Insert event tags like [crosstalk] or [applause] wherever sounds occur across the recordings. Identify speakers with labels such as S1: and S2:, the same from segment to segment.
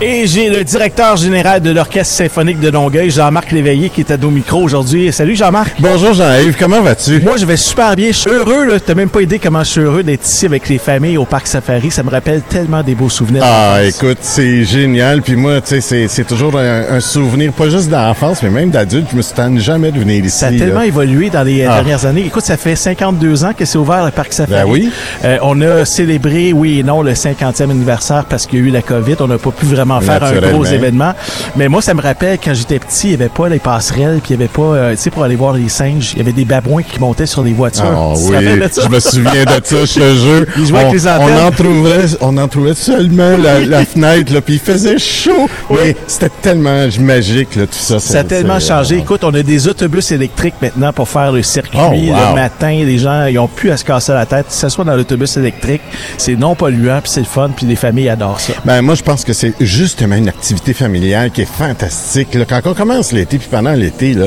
S1: Et j'ai le directeur général de l'Orchestre symphonique de Longueuil, Jean-Marc Léveillé, qui est à nos micros aujourd'hui. Salut Jean-Marc.
S2: Bonjour Jean-Yves, comment vas-tu?
S1: Moi, je vais super bien. Je suis heureux. là. T'as même pas idée comment je suis heureux d'être ici avec les familles au Parc Safari. Ça me rappelle tellement des beaux souvenirs.
S2: Ah,
S1: d'enfance.
S2: écoute, c'est génial. Puis moi, tu sais, c'est- c'est toujours un, un souvenir, pas juste d'enfance, mais même d'adulte. Je me souviens jamais de venir ici.
S1: Ça a
S2: là.
S1: tellement évolué dans les euh,
S2: Ah.
S1: dernières années. Écoute, ça fait 52 ans que c'est ouvert le parc Safari.
S2: Ben oui.
S1: Euh, on a célébré, oui et non, le 50e anniversaire parce qu'il y a eu la COVID. On n'a pas pu vraiment faire un
S2: Naturellement.
S1: gros événement. Mais moi, ça me rappelle quand j'étais petit, il n'y avait pas les passerelles, puis il n'y avait pas, euh, tu sais, pour aller voir les singes, il y avait des babouins qui montaient sur les voitures.
S2: Ah
S1: Tu te rappelles
S2: oui,
S1: de ça?
S2: je me souviens de ça, je te jure.
S1: Il jouait
S2: on,
S1: avec les antennes.
S2: on en trouvait, on en trouvait seulement la, la fenêtre, là, puis il faisait chaud. Mais c'était tellement magique, là, tout ça.
S1: Ça a tellement changé. Écoute, on a des autobus électriques maintenant pour faire le circuit
S2: Oh, wow.
S1: le matin. Les gens, ils ont plus à se casser la tête. Ils s'assoient dans l'autobus électrique. C'est non polluant, puis c'est le fun, puis les familles adorent ça.
S2: Ben moi je pense que c'est justement une activité familiale qui est fantastique. là. Quand on commence l'été puis pendant l'été là,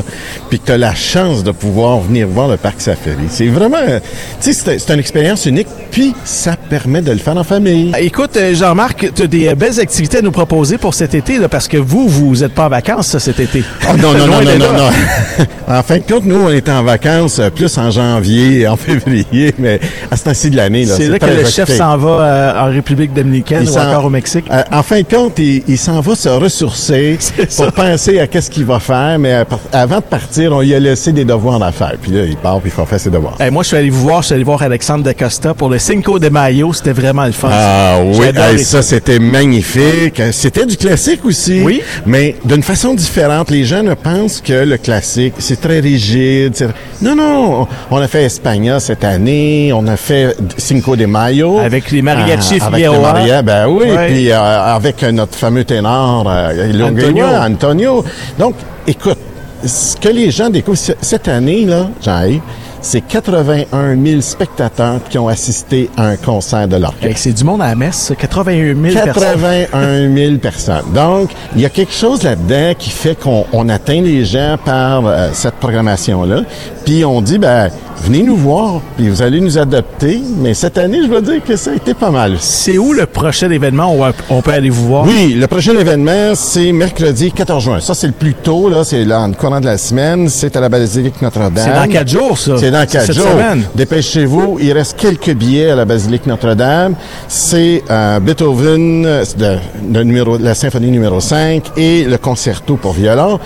S2: puis que t'as la chance de pouvoir venir voir le parc Safari, c'est vraiment, euh, tu sais, c'est- c'est une expérience unique. Puis ça permet de le faire en famille.
S1: Écoute, euh, Jean-Marc, tu as des euh, belles activités à nous proposer pour cet été, là, parce que vous, vous êtes pas en vacances ça, cet été.
S2: Oh,
S1: [laughs]
S2: non, non,
S1: Loin
S2: non, non,
S1: de là.
S2: non, non. [laughs] en fin de compte, nous, on est en vacances euh, plus en janvier, en [laughs] février, mais à ce temps-ci de l'année. là,
S1: C'est là que
S2: très
S1: le chef
S2: occupé.
S1: s'en va euh, en République dominicaine
S2: Il
S1: ou
S2: s'en-
S1: encore au Mexique.
S2: Euh, en fin de compte, il, il s'en va
S1: [laughs]
S2: se ressourcer pour penser à qu'est-ce qu'il va faire, mais à par- avant de partir, on lui a laissé des devoirs à faire. Puis là, il part, puis il faut faire ses devoirs.
S1: Eh, moi, je suis allé vous voir, je suis allé voir Alexandre Dacosta pour le Cinco de Mayo. C'était vraiment le fun.
S2: Ah oui,
S1: J'ai adoré
S2: hey, ça c'était magnifique. Euh, C'était du classique aussi,
S1: Oui.
S2: mais d'une façon différente. Les gens ne pensent que le classique, c'est très rigide. c'est- Non, non, on a fait Espagna cette année, on a fait Cinco de Mayo.
S1: Avec les mariachis
S2: Ah, avec les
S1: Figueroa.
S2: mariachis, ben oui,
S1: Ouais.
S2: puis euh, avec euh, notre fameux ténor, euh,
S1: Antonio.
S2: Antonio. Antonio. Donc, écoute, ce que les gens découvrent c- cette année, là, Jean-Yves, c'est 81 000 spectateurs qui ont assisté à un concert de l'orchestre.
S1: Fait que C'est du monde à la messe, ça, 81 000 personnes.
S2: 81 000 personnes. Donc, il y a quelque chose là-dedans qui fait qu'on on atteint les gens par euh, cette programmation-là. Puis on dit, ben, venez nous voir, puis vous allez nous adopter. Mais cette année, je dois dire que ça a été pas mal.
S1: C'est où le prochain événement où on peut aller vous voir?
S2: Oui, le prochain événement, c'est mercredi 14 juin. Ça, c'est le plus tôt, là, c'est là, en courant de la semaine. C'est à la Basilique Notre-Dame.
S1: C'est dans quatre jours, ça.
S2: Hein? C'est dans quatre
S1: Euh, Cette
S2: jours.
S1: semaine.
S2: Dépêchez-vous, il reste quelques billets à la Basilique Notre-Dame. C'est euh, Beethoven, euh, c'est de, le numéro, la symphonie numéro 5 et le concerto pour violon.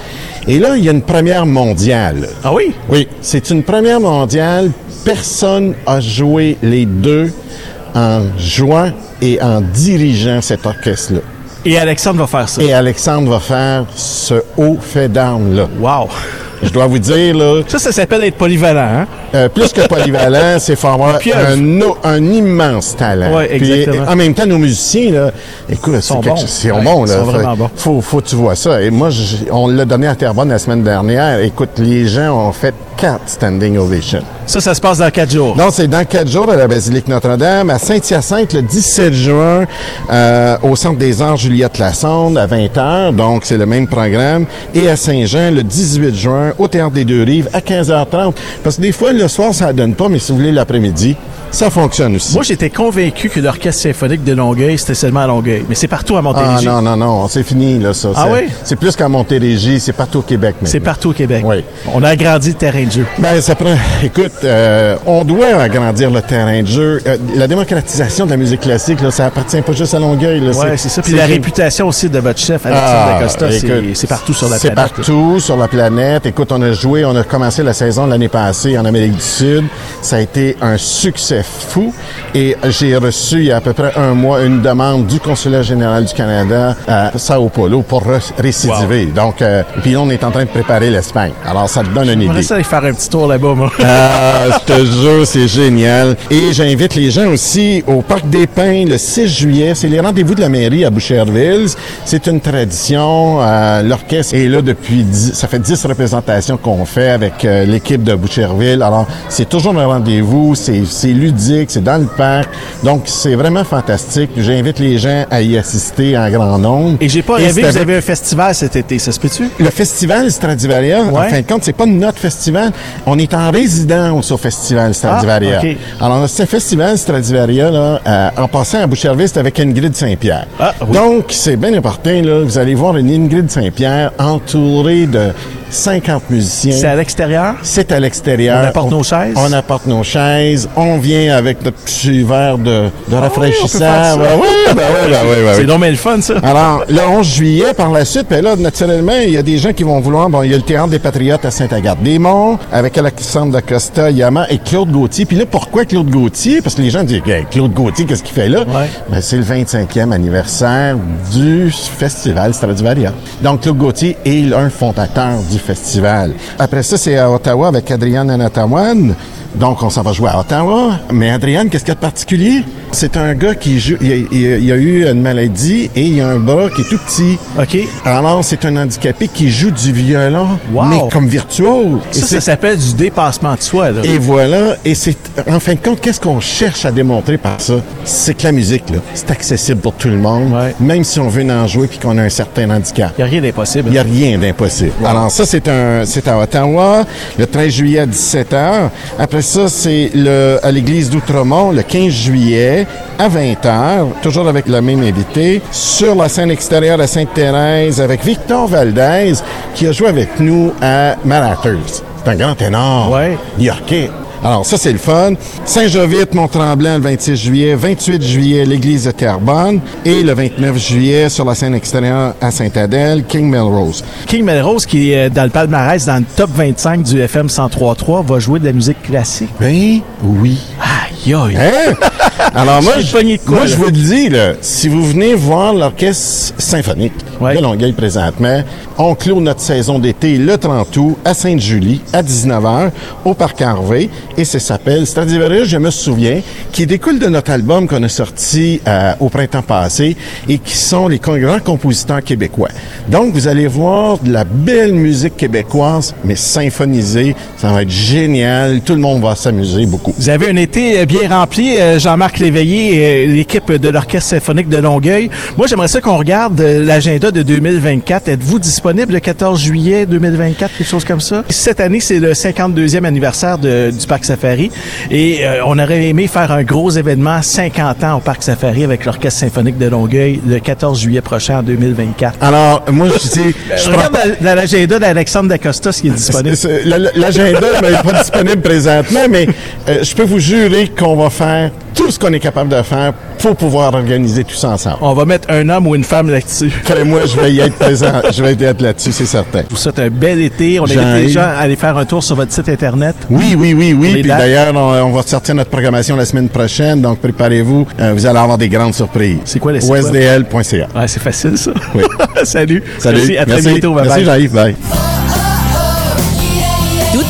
S2: Et là, il y a une première mondiale.
S1: Ah oui?
S2: Oui, c'est une première mondiale. Personne a joué les deux en jouant et en dirigeant cet orchestre-là.
S1: Et Alexandre va faire ça.
S2: Et Alexandre va faire ce haut fait d'armes-là.
S1: Wow!
S2: Je dois vous dire, là,
S1: Ça, ça s'appelle être polyvalent, hein?
S2: Euh, plus que
S1: [laughs]
S2: polyvalent, c'est formé
S1: pieuvre.
S2: un, o- un immense talent.
S1: Ouais, exactement.
S2: Puis, en même temps, nos musiciens, là, écoute, c'est
S1: sont
S2: quelque
S1: bons.
S2: chose- c'est au
S1: Ouais,
S2: bon,
S1: ils
S2: là.
S1: sont
S2: Fait-
S1: vraiment bons.
S2: Faut, faut que tu vois ça. Et moi, je- on l'a donné à Terrebonne la semaine dernière. Écoute, les gens ont fait quatre standing ovations.
S1: Ça, ça se passe dans quatre jours.
S2: Non, c'est dans quatre jours à la Basilique Notre-Dame, à Saint-Hyacinthe, le 17 juin, euh, au Centre des Arts Juliette Lassonde, à 20h, donc c'est le même programme, et à Saint-Jean, le 18 juin, au Théâtre des Deux-Rives, à 15h30. Parce que des fois, le soir, ça donne pas, mais si vous voulez, l'après-midi, ça fonctionne aussi.
S1: Moi, j'étais convaincu que l'orchestre symphonique de Longueuil, c'était seulement à Longueuil. Mais c'est partout à
S2: ah
S1: Montérégie.
S2: non, non, non, c'est fini, là, ça.
S1: Ah
S2: C'est-
S1: oui?
S2: C'est plus qu'à Montérégie, c'est partout au Québec maintenant.
S1: c'est partout au Québec.
S2: Oui.
S1: On a agrandi le terrain de jeu.
S2: Ben, ça prend. Écoute, euh, on doit agrandir le terrain de jeu. Euh, la démocratisation de la musique classique, là, ça appartient pas juste à Longueuil. Là,
S1: Ouais, c'est ça. Puis la réputation aussi de votre chef, Alexandre
S2: Ah,
S1: Dacosta, c'est-
S2: écoute,
S1: c'est partout sur la
S2: C'est
S1: planète. là.
S2: partout sur la planète. Écoute, on a joué, on a commencé la saison l'année passée en Amérique du Sud. Ça a été un succès fou. Et j'ai reçu il y a à peu près un mois une demande du consulat général du Canada à Sao Paulo pour re- récidiver. Donc, euh, puis là, on est en train de préparer l'Espagne. Alors, ça te donne une
S1: J'aimerais
S2: idée.
S1: ça aller faire un petit tour là-bas,
S2: [laughs]
S1: moi.
S2: Ah, je te jure, c'est génial. Et j'invite les gens aussi au Parc des Pins le 6 juillet. C'est les rendez-vous de la mairie à Boucherville. C'est une tradition. euh, L'orchestre est là depuis... dix- ça fait 10 représentations qu'on fait avec euh, l'équipe de Boucherville. Alors, sport. C'est toujours un rendez-vous, c'est c'est ludique, c'est dans le parc. Donc, c'est vraiment fantastique. J'invite les gens à y assister en grand nombre.
S1: Et j'ai pas rêvé,
S2: c'est
S1: vous
S2: avec-
S1: avez un festival cet été, ça se peut-tu?
S2: le festival Stradivaria,
S1: Ouais.
S2: en fin de compte, c'est pas notre festival. On est en résidence au festival Stradivaria.
S1: Ah, ok.
S2: Alors, ce festival Stradivaria, là, euh, en passant à Boucherville, c'est avec Ingrid Saint-Pierre.
S1: Ah, oui.
S2: Donc, c'est bien important, là, vous allez voir une Ingrid Saint-Pierre entourée de 50 musiciens.
S1: C'est à l'extérieur?
S2: C'est à l'extérieur.
S1: On apporte nos chaises?
S2: On apporte nos chaises. On vient avec notre petit verre
S1: Ah
S2: de, de rafraîchissant.
S1: faire ça.
S2: Ben oui, ben oui, ben oui, ben oui.
S1: C'est non mais le fun, ça.
S2: Alors, le 11 juillet, par la suite, ben là, naturellement, il y a des gens qui vont vouloir. Bon, il y a le Théâtre des Patriotes à Saint-Agathe-des-Monts, avec Alexandre Acosta, Yama et Claude Gauthier. Puis là, pourquoi Claude Gauthier? Parce que les gens disent, Hey, Claude Gauthier, qu'est-ce qu'il fait là?
S1: Ouais.
S2: Ben, c'est le 25e anniversaire du festival Stradivaria. Donc, Claude Gauthier est l'un fondateur du festival. Après ça, c'est à Ottawa avec Adrienne Anatawan. Donc, on s'en va jouer à Ottawa. Mais Adrienne, qu'est-ce qu'il y a de particulier? C'est un gars qui joue, il a, il a- il a eu une maladie et il a un bras qui est tout petit.
S1: OK.
S2: Alors, c'est un handicapé qui joue du violon,
S1: Wow.
S2: mais comme virtuose. Et
S1: Ça,
S2: c'est-
S1: ça s'appelle du dépassement de soi, là.
S2: et voilà, et c'est en fin de compte, qu'est-ce qu'on cherche à démontrer par ça C'est que la musique, là, c'est accessible pour tout le monde,
S1: Ouais.
S2: même si on veut en jouer puis qu'on a un certain handicap.
S1: Il n'y a rien d'impossible.
S2: Il n'y a rien d'impossible. Alors ça, c'est un, c'est à Ottawa, le 13 juillet à 17h. Après ça, c'est le, à l'église d'Outremont, le 15 juillet à 20h, toujours avec le même invité, sur la scène extérieure à Sainte-Thérèse, avec Victor Valdez, qui a joué avec nous à Marathers. C'est un grand ténor
S1: Ouais.
S2: new-yorkais. Alors ça, c'est le fun. Saint-Jovite, Mont-Tremblant, le 26 juillet. 28 juillet, l'église de Terrebonne. Et le 29 juillet, sur la scène extérieure à Sainte-Adèle, King Melrose.
S1: King Melrose, qui est dans le palmarès, dans le top 25 du FM 103.3, va jouer de la musique classique.
S2: Ben oui.
S1: Aïe, aïe.
S2: Hein?
S1: [laughs]
S2: Alors moi,
S1: Je suis pogné de quoi,
S2: moi
S1: là?
S2: je vous le dis, là, si vous venez voir l'orchestre symphonique
S1: Ouais.
S2: de Longueuil présentement, on clôt notre saison d'été le 30 août à Sainte-Julie à 19h au Parc Harvey et ça s'appelle Stradivaria, je me souviens, qui découle de notre album qu'on a sorti euh, au printemps passé et qui sont les con- grands compositeurs québécois. Donc vous allez voir de la belle musique québécoise, mais symphonisée, ça va être génial, tout le monde va s'amuser beaucoup.
S1: Vous avez un été euh, bien rempli, euh, Jean-Marc Léveillé et euh, l'équipe de l'Orchestre symphonique de Longueuil. Moi, j'aimerais ça qu'on regarde euh, l'agenda de 2024. Êtes-vous disponible le 14 juillet 2024, quelque chose comme ça? Cette année, c'est le 52e anniversaire de- du Parc Safari et euh, on aurait aimé faire un gros événement 50 ans au Parc Safari avec l'Orchestre symphonique de Longueuil le 14 juillet prochain en 2024.
S2: Alors, moi, je [laughs] dis, je
S1: Je
S2: prends
S1: regarde dans- dans l'agenda d'Alexandre Dacosta ce qui est [laughs] disponible.
S2: Ben, C'est- c'est- la- la- L'agenda n'est pas disponible présentement, mais euh, je peux vous jurer qu'on va faire tout ce qu'on est capable de faire pour pouvoir organiser tout ça ensemble.
S1: On va mettre un homme ou une femme là-dessus.
S2: Moi, je vais y être [laughs] présent. Je vais y être là-dessus, c'est certain.
S1: Je vous souhaite un bel été. On invite les
S2: Jean-Yves.
S1: gens à aller faire un tour sur votre site Internet.
S2: Oui, oui, oui, oui.
S1: Les
S2: Puis
S1: dates.
S2: d'ailleurs, on, on va sortir notre programmation la semaine prochaine, donc préparez-vous. Euh, vous allez avoir des grandes surprises.
S1: C'est quoi le site web?
S2: OSDL.ca.
S1: Ouais, c'est facile, ça.
S2: Oui.
S1: [laughs] Salut.
S2: Salut.
S1: Merci. À très
S2: Merci.
S1: bientôt. Bye
S2: Merci,
S1: bye.
S2: Jean-Yves. Bye.
S3: Toute